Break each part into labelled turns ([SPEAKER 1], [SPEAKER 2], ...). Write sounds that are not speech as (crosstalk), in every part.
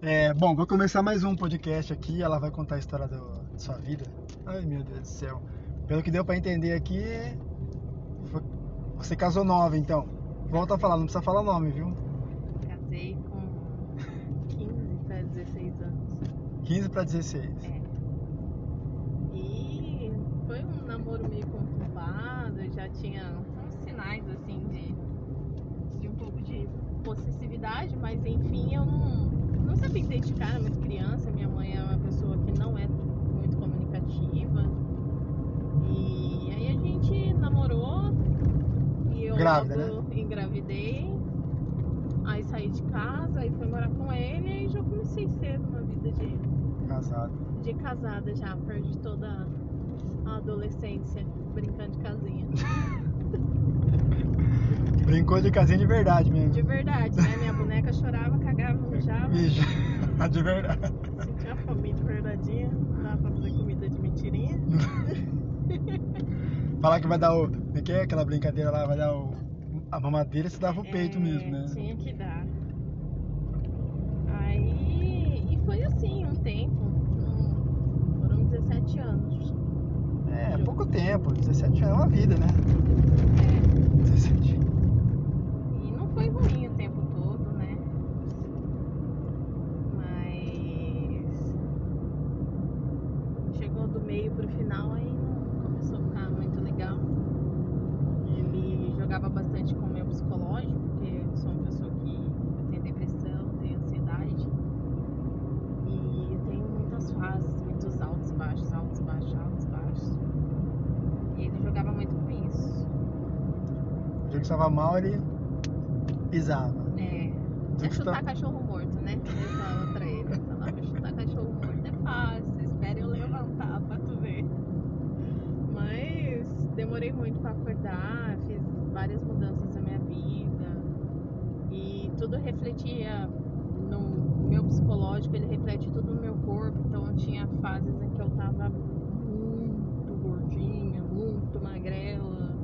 [SPEAKER 1] É, bom, vou começar mais um podcast aqui. Ela vai contar a história do, da sua vida. Ai, meu Deus do céu. Pelo que deu pra entender aqui, foi- você casou nova, então. Volta a falar, não precisa falar nome, viu?
[SPEAKER 2] Casei com 15 para 16 anos.
[SPEAKER 1] 15 pra 16.
[SPEAKER 2] É. E foi um namoro meio conturbado, eu já tinha uns sinais assim de, de um pouco de possessividade, mas enfim, eu não, não sabia identificar, era muito criança, minha mãe é uma pessoa que não é muito comunicativa. E aí a gente namorou e eu
[SPEAKER 1] Grávida,
[SPEAKER 2] logo engravidei, aí saí de casa, aí fui morar com ele e já comecei cedo uma vida de
[SPEAKER 1] Casado.
[SPEAKER 2] de casada já, perdi toda a adolescência brincando de casinha.
[SPEAKER 1] Brincou de casinha de verdade mesmo.
[SPEAKER 2] De verdade, né? Minha boneca chorava, cagava, mijava,
[SPEAKER 1] Bicho, (laughs) de verdade.
[SPEAKER 2] sentia fome de verdadeinha, não dava pra fazer comida de mentirinha.
[SPEAKER 1] Falar que vai dar o. Como é que é aquela brincadeira lá? Vai dar o. A mamadeira se dava o peito
[SPEAKER 2] É,
[SPEAKER 1] mesmo, né?
[SPEAKER 2] Tinha que dar. Aí. E foi assim um tempo. um- Foram 17 anos.
[SPEAKER 1] É, pouco tempo. 17 anos é uma vida, né?
[SPEAKER 2] É,
[SPEAKER 1] 17.
[SPEAKER 2] E não foi ruim o tempo todo, né? Mas. Chegou do meio pro final, aí não começou a ficar muito legal. Ele jogava bastante com o meu psicológico, porque eu sou uma pessoa que tem depressão, tem ansiedade. E eu tenho muitas fases, muitos altos, baixos, altos, baixos, altos, baixos. E ele jogava muito com isso.
[SPEAKER 1] O dia que estava mal, ele pisava.
[SPEAKER 2] É.
[SPEAKER 1] Tem
[SPEAKER 2] É
[SPEAKER 1] que tá- chutar-
[SPEAKER 2] chutar cachorro morto, né? Eu falava pra ele. Eu falava, chutar cachorro morto é fácil, espera eu levantar pra tu ver. Mas demorei muito pra acordar, fiz várias mudanças na minha vida. E tudo refletia no meu psicológico, ele reflete tudo no meu corpo. Então eu tinha fases em que eu tava muito gordinha, muito magrela,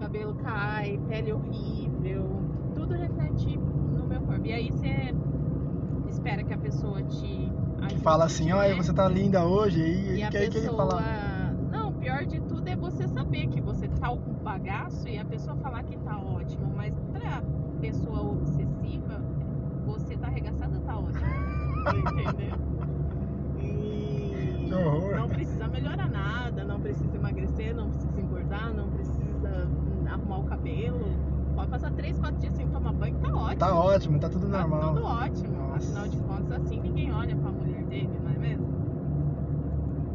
[SPEAKER 2] cabelo cai, pele horrível tudo reflete no meu corpo. E aí você espera que a pessoa te
[SPEAKER 1] Que
[SPEAKER 2] ajude,
[SPEAKER 1] fala assim, olha,
[SPEAKER 2] né?
[SPEAKER 1] você tá linda hoje, e,
[SPEAKER 2] E
[SPEAKER 1] e
[SPEAKER 2] a
[SPEAKER 1] que aí que ele fala.
[SPEAKER 2] pessoa. Não, pior de tudo é você saber que você tá com bagaço e a pessoa falar que tá ótimo, mas pra pessoa obsessiva, você tá arregaçada, tá ótimo. Entendeu? E
[SPEAKER 1] Hum, Que horror.
[SPEAKER 2] não precisa melhorar nada, não precisa emagrecer, não precisa engordar, não precisa hum, arrumar o cabelo. Pode passar 3, 4 dias sem tomar banho, tá ótimo.
[SPEAKER 1] Tá ótimo, tá tudo
[SPEAKER 2] Tá
[SPEAKER 1] normal.
[SPEAKER 2] tudo ótimo.
[SPEAKER 1] Nossa.
[SPEAKER 2] Afinal de contas, assim ninguém olha pra mulher dele, não é mesmo?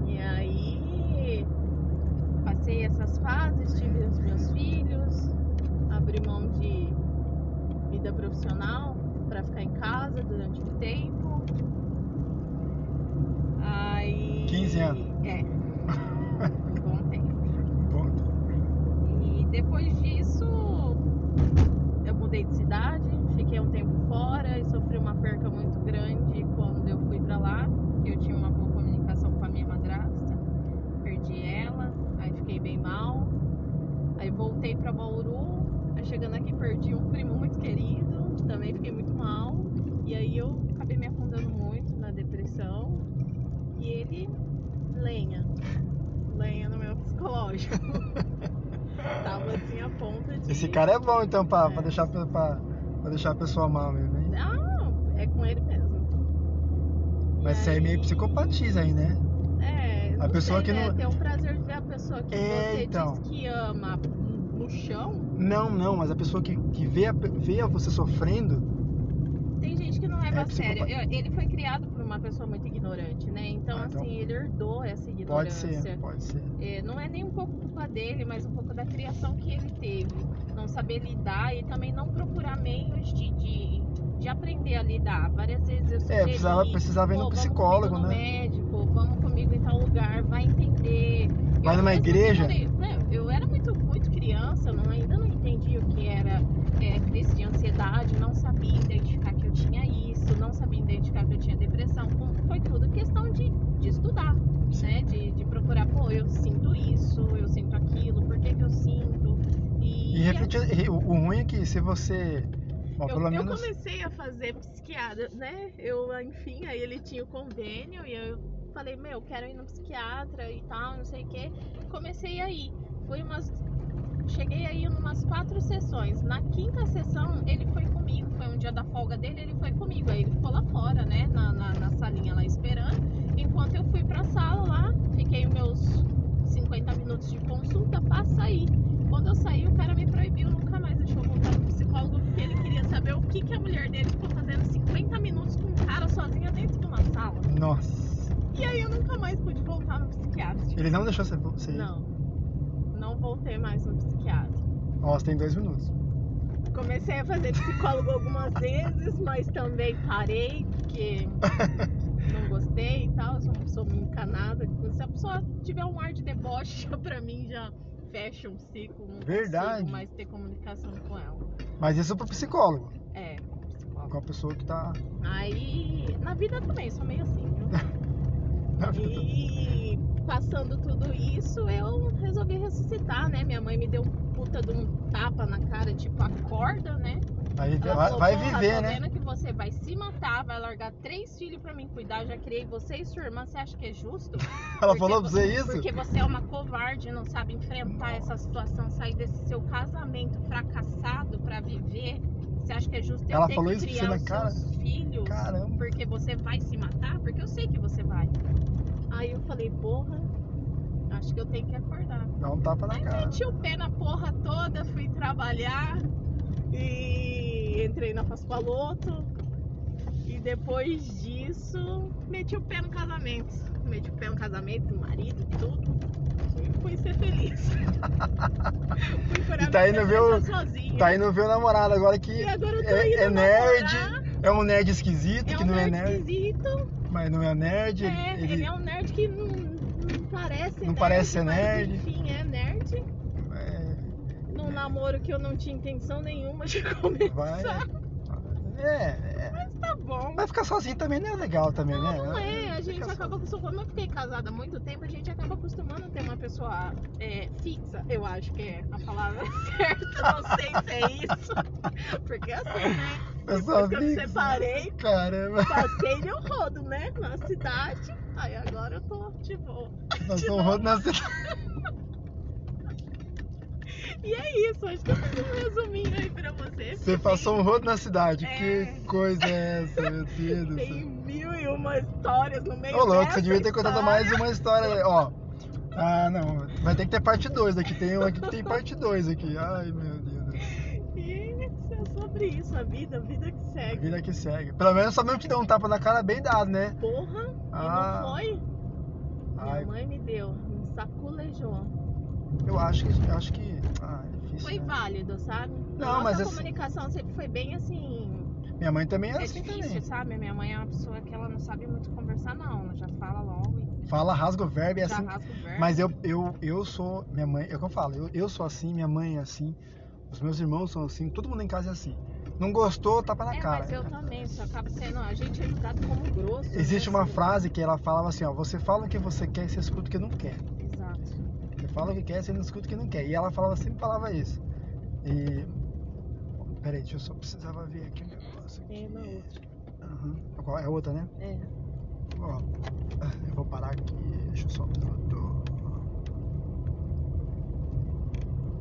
[SPEAKER 2] E aí passei essas fases, tive os meus filhos, abri mão de vida profissional pra ficar em casa durante um tempo. Aí.
[SPEAKER 1] 15 anos.
[SPEAKER 2] É.
[SPEAKER 1] (laughs)
[SPEAKER 2] Um bom tempo.
[SPEAKER 1] Ponto. (laughs)
[SPEAKER 2] E depois disso, eu mudei de cidade, fiquei um tempo fora e sofri uma perca muito grande quando eu fui pra lá, que eu tinha uma boa comunicação com a minha madrasta. Perdi ela, aí fiquei bem mal. Aí voltei pra Bauru, aí chegando aqui perdi um primo muito querido, também fiquei muito mal. E aí eu acabei me afundando muito na depressão. E ele, lenha. Lenha no meu psicológico. Tava assim a ponta de.
[SPEAKER 1] Esse cara é bom então pra, pra
[SPEAKER 2] É.
[SPEAKER 1] deixar, pra, pra deixar a pessoa mal mesmo, hein?
[SPEAKER 2] Não, é com ele mesmo. E
[SPEAKER 1] Mas isso aí meio psicopatiza aí, né?
[SPEAKER 2] É,
[SPEAKER 1] A pessoa
[SPEAKER 2] sei,
[SPEAKER 1] que
[SPEAKER 2] né?
[SPEAKER 1] não-
[SPEAKER 2] Tem o prazer de ver a pessoa que
[SPEAKER 1] É,
[SPEAKER 2] você
[SPEAKER 1] então.
[SPEAKER 2] diz que ama no chão.
[SPEAKER 1] Não, não, mas a pessoa que, que vê, a, pe- vê a você sofrendo,
[SPEAKER 2] Tem gente que não leva
[SPEAKER 1] É
[SPEAKER 2] a sério. Eu- ele foi criado por uma pessoa muito ignorante, né? Então,
[SPEAKER 1] Ah, então-
[SPEAKER 2] assim, ele herdou essa
[SPEAKER 1] pode
[SPEAKER 2] ignorância.
[SPEAKER 1] ser, pode ser.
[SPEAKER 2] É, não é nem um pouco culpa dele, mas um pouco da criação que ele teve. Não saber lidar e também não procurar meios de, de, de aprender a lidar. Várias vezes eu
[SPEAKER 1] É,
[SPEAKER 2] sugeri,
[SPEAKER 1] precisava, precisava ir
[SPEAKER 2] "Pô,
[SPEAKER 1] no
[SPEAKER 2] vamos
[SPEAKER 1] psicólogo,
[SPEAKER 2] comigo no
[SPEAKER 1] né?
[SPEAKER 2] médico, vamos comigo em tal lugar, vai entender.
[SPEAKER 1] Vai
[SPEAKER 2] Eu
[SPEAKER 1] numa
[SPEAKER 2] mesmo
[SPEAKER 1] igreja?
[SPEAKER 2] demorei- né, Eu era muito, muito criança, eu não, ainda não entendia o que era é, crise de ansiedade, não sabia identificar que eu tinha isso, não sabia identificar que eu tinha depressão. Foi tudo questão de, de estudar né? De, de procurar, pô, eu sinto isso, eu sinto aquilo, por que, que eu sinto?
[SPEAKER 1] E
[SPEAKER 2] E,
[SPEAKER 1] refletir, e o o ruim é que se você Bom,
[SPEAKER 2] eu,
[SPEAKER 1] pelo
[SPEAKER 2] eu
[SPEAKER 1] menos.
[SPEAKER 2] comecei a fazer psiquiatra, né? Eu, enfim, aí ele tinha o convênio e eu falei, meu, quero ir no psiquiatra e tal, não sei o quê. Comecei aí. Fui umas. Cheguei aí em umas quatro sessões. Na quinta sessão, ele foi comigo. Foi um dia da folga dele, ele foi comigo. Aí ele ficou lá fora, né? Na, na, na salinha lá esperando. Enquanto eu fui pra sala lá, fiquei os meus 50 minutos de consulta pra sair. Quando eu saí, o cara me proibiu, nunca mais deixou eu voltar no psicólogo, porque ele queria saber o que, que a mulher dele ficou fazendo 50 minutos com um cara sozinha dentro de uma sala.
[SPEAKER 1] Nossa.
[SPEAKER 2] E aí eu nunca mais pude voltar no psiquiatra.
[SPEAKER 1] Ele não deixou você você ir.
[SPEAKER 2] Não. Não voltei mais no psiquiatra.
[SPEAKER 1] Ó, você tem dois minutos. (laughs)
[SPEAKER 2] Comecei a fazer psicólogo algumas vezes, mas também parei, porque não gostei e tal. Eu sou uma pessoa meio encanada. Se a pessoa tiver um ar de deboche, (laughs) já pra mim já fecha um ciclo. Não
[SPEAKER 1] Verdade.
[SPEAKER 2] consigo mais ter comunicação com ela.
[SPEAKER 1] Mas isso é pro psicólogo.
[SPEAKER 2] É, psicólogo.
[SPEAKER 1] Com a pessoa que tá.
[SPEAKER 2] Aí, na vida também, sou meio assim, viu?
[SPEAKER 1] (laughs) né,
[SPEAKER 2] E passando tudo isso, eu resolvi ressuscitar, né? Minha mãe me deu um puta de um tapa na cara, tipo, acorda, né?
[SPEAKER 1] Aí
[SPEAKER 2] Ela
[SPEAKER 1] vai,
[SPEAKER 2] falou,
[SPEAKER 1] vai
[SPEAKER 2] "Porra,
[SPEAKER 1] viver,
[SPEAKER 2] tô
[SPEAKER 1] né?
[SPEAKER 2] vendo que você vai se matar, vai largar três filhos pra mim cuidar, eu já criei você e sua irmã, você acha que é justo?
[SPEAKER 1] (laughs) Ela
[SPEAKER 2] Porque
[SPEAKER 1] falou pra você isso?
[SPEAKER 2] Porque você é uma covarde, não sabe enfrentar essa situação, sair desse seu casamento fracassado pra viver. Você acha que é justo eu
[SPEAKER 1] Ela
[SPEAKER 2] ter
[SPEAKER 1] falou
[SPEAKER 2] que
[SPEAKER 1] isso pra você
[SPEAKER 2] criar
[SPEAKER 1] na
[SPEAKER 2] os
[SPEAKER 1] cara?
[SPEAKER 2] seus filhos?
[SPEAKER 1] Caramba.
[SPEAKER 2] porque você vai se matar? Porque eu sei que você vai. Aí eu falei, porra, acho que eu tenho que acordar.
[SPEAKER 1] Dá um tapa na
[SPEAKER 2] Aí
[SPEAKER 1] cara.
[SPEAKER 2] meti o pé na porra toda, fui trabalhar e entrei na Pascoaloto. E depois disso, meti o pé no casamento. Meti o pé no casamento, no marido, tudo. E fui
[SPEAKER 1] (laughs)
[SPEAKER 2] ser feliz. fui
[SPEAKER 1] E tá indo ver o-
[SPEAKER 2] sozinha.
[SPEAKER 1] Tá indo ver o namorado agora que
[SPEAKER 2] E agora eu tô
[SPEAKER 1] é,
[SPEAKER 2] indo
[SPEAKER 1] é nerd,
[SPEAKER 2] namorar.
[SPEAKER 1] é um nerd esquisito,
[SPEAKER 2] É
[SPEAKER 1] que
[SPEAKER 2] um
[SPEAKER 1] não é
[SPEAKER 2] nerd
[SPEAKER 1] nerd,
[SPEAKER 2] esquisito.
[SPEAKER 1] mas não é nerd.
[SPEAKER 2] É, ele... é um nerd que não, não parece
[SPEAKER 1] Não
[SPEAKER 2] nerd,
[SPEAKER 1] parece ser
[SPEAKER 2] mas,
[SPEAKER 1] nerd.
[SPEAKER 2] Enfim, é nerd.
[SPEAKER 1] é,
[SPEAKER 2] Num namoro que eu não tinha intenção nenhuma de (laughs) começar.
[SPEAKER 1] vai. É, é.
[SPEAKER 2] Mas tá bom.
[SPEAKER 1] Mas ficar sozinho também não é legal também, né?
[SPEAKER 2] Não é, a gente
[SPEAKER 1] Ficar
[SPEAKER 2] acaba acostumando. Como eu fiquei casada há muito tempo, a gente acaba acostumando a ter uma pessoa é, fixa, eu acho que é a palavra (laughs) certa. Não sei se é isso. (laughs)
[SPEAKER 1] (laughs)
[SPEAKER 2] Porque assim, né?
[SPEAKER 1] sozinho. Pessoa
[SPEAKER 2] Depois que eu me
[SPEAKER 1] fixa.
[SPEAKER 2] separei. tá
[SPEAKER 1] Caramba.
[SPEAKER 2] Passei meu rodo, né? Na cidade. Aí agora eu tô tipo, de boa.
[SPEAKER 1] Passou um rodo na cidade.
[SPEAKER 2] E é isso, acho que eu fiz um resuminho aí pra você.
[SPEAKER 1] (laughs) Você passou um rodo na cidade.
[SPEAKER 2] É.
[SPEAKER 1] Que coisa é essa, meu Deus do
[SPEAKER 2] (laughs) Tem
[SPEAKER 1] céu.
[SPEAKER 2] mil e uma histórias no meio
[SPEAKER 1] Ô louco,
[SPEAKER 2] dessa
[SPEAKER 1] você devia ter contado
[SPEAKER 2] história.
[SPEAKER 1] mais uma história. né? Ó. Ah, não. Vai ter que ter parte 2 aqui. Tem uma que tem parte 2 aqui. Ai, meu Deus. do céu.
[SPEAKER 2] E é sobre isso, a vida, a vida que
[SPEAKER 1] A
[SPEAKER 2] segue.
[SPEAKER 1] vida que segue. Pelo menos só mesmo te deu um tapa na cara bem dado, né?
[SPEAKER 2] Porra,
[SPEAKER 1] Ah.
[SPEAKER 2] e não foi?
[SPEAKER 1] Ai,
[SPEAKER 2] Minha mãe me deu, me saculejou.
[SPEAKER 1] eu acho que. Acho que ah, é difícil,
[SPEAKER 2] Foi
[SPEAKER 1] né?
[SPEAKER 2] válido, sabe?
[SPEAKER 1] Não,
[SPEAKER 2] Nossa
[SPEAKER 1] mas assim-
[SPEAKER 2] comunicação sempre foi bem assim.
[SPEAKER 1] Minha mãe também é,
[SPEAKER 2] É
[SPEAKER 1] assim
[SPEAKER 2] difícil,
[SPEAKER 1] também.
[SPEAKER 2] sabe? Minha mãe é uma pessoa que ela não sabe muito conversar, não. Ela já fala logo e
[SPEAKER 1] Fala, rasga o verbo e é
[SPEAKER 2] já
[SPEAKER 1] assim.
[SPEAKER 2] rasga o verbo.
[SPEAKER 1] Mas eu, eu, eu sou. Minha mãe. É o que eu falo. Eu, eu sou assim, minha mãe é assim. Os meus irmãos são assim. Todo mundo em casa é assim. Não gostou, tapa na
[SPEAKER 2] é,
[SPEAKER 1] cara.
[SPEAKER 2] mas eu também, isso acaba sendo. A gente é julgado como grosso.
[SPEAKER 1] Existe
[SPEAKER 2] né,
[SPEAKER 1] uma
[SPEAKER 2] assim.
[SPEAKER 1] frase que ela falava assim: ó, você fala o que você quer e você escuta o que não quer.
[SPEAKER 2] Exato.
[SPEAKER 1] Você fala o que quer, você não escuta o que não quer. E ela falava, sempre falava isso. E. Peraí, deixa eu só precisava ver aqui o negócio. aqui.
[SPEAKER 2] É na outra.
[SPEAKER 1] Aham. Qual é a outra, né?
[SPEAKER 2] É.
[SPEAKER 1] Ó, eu vou parar aqui, deixa eu só. um eu tô-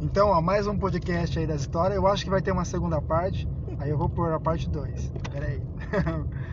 [SPEAKER 1] Então, ó, mais um (laughs) podcast aí da história. Eu acho que vai ter uma segunda parte. Aí eu vou pôr a parte 2. Pera aí.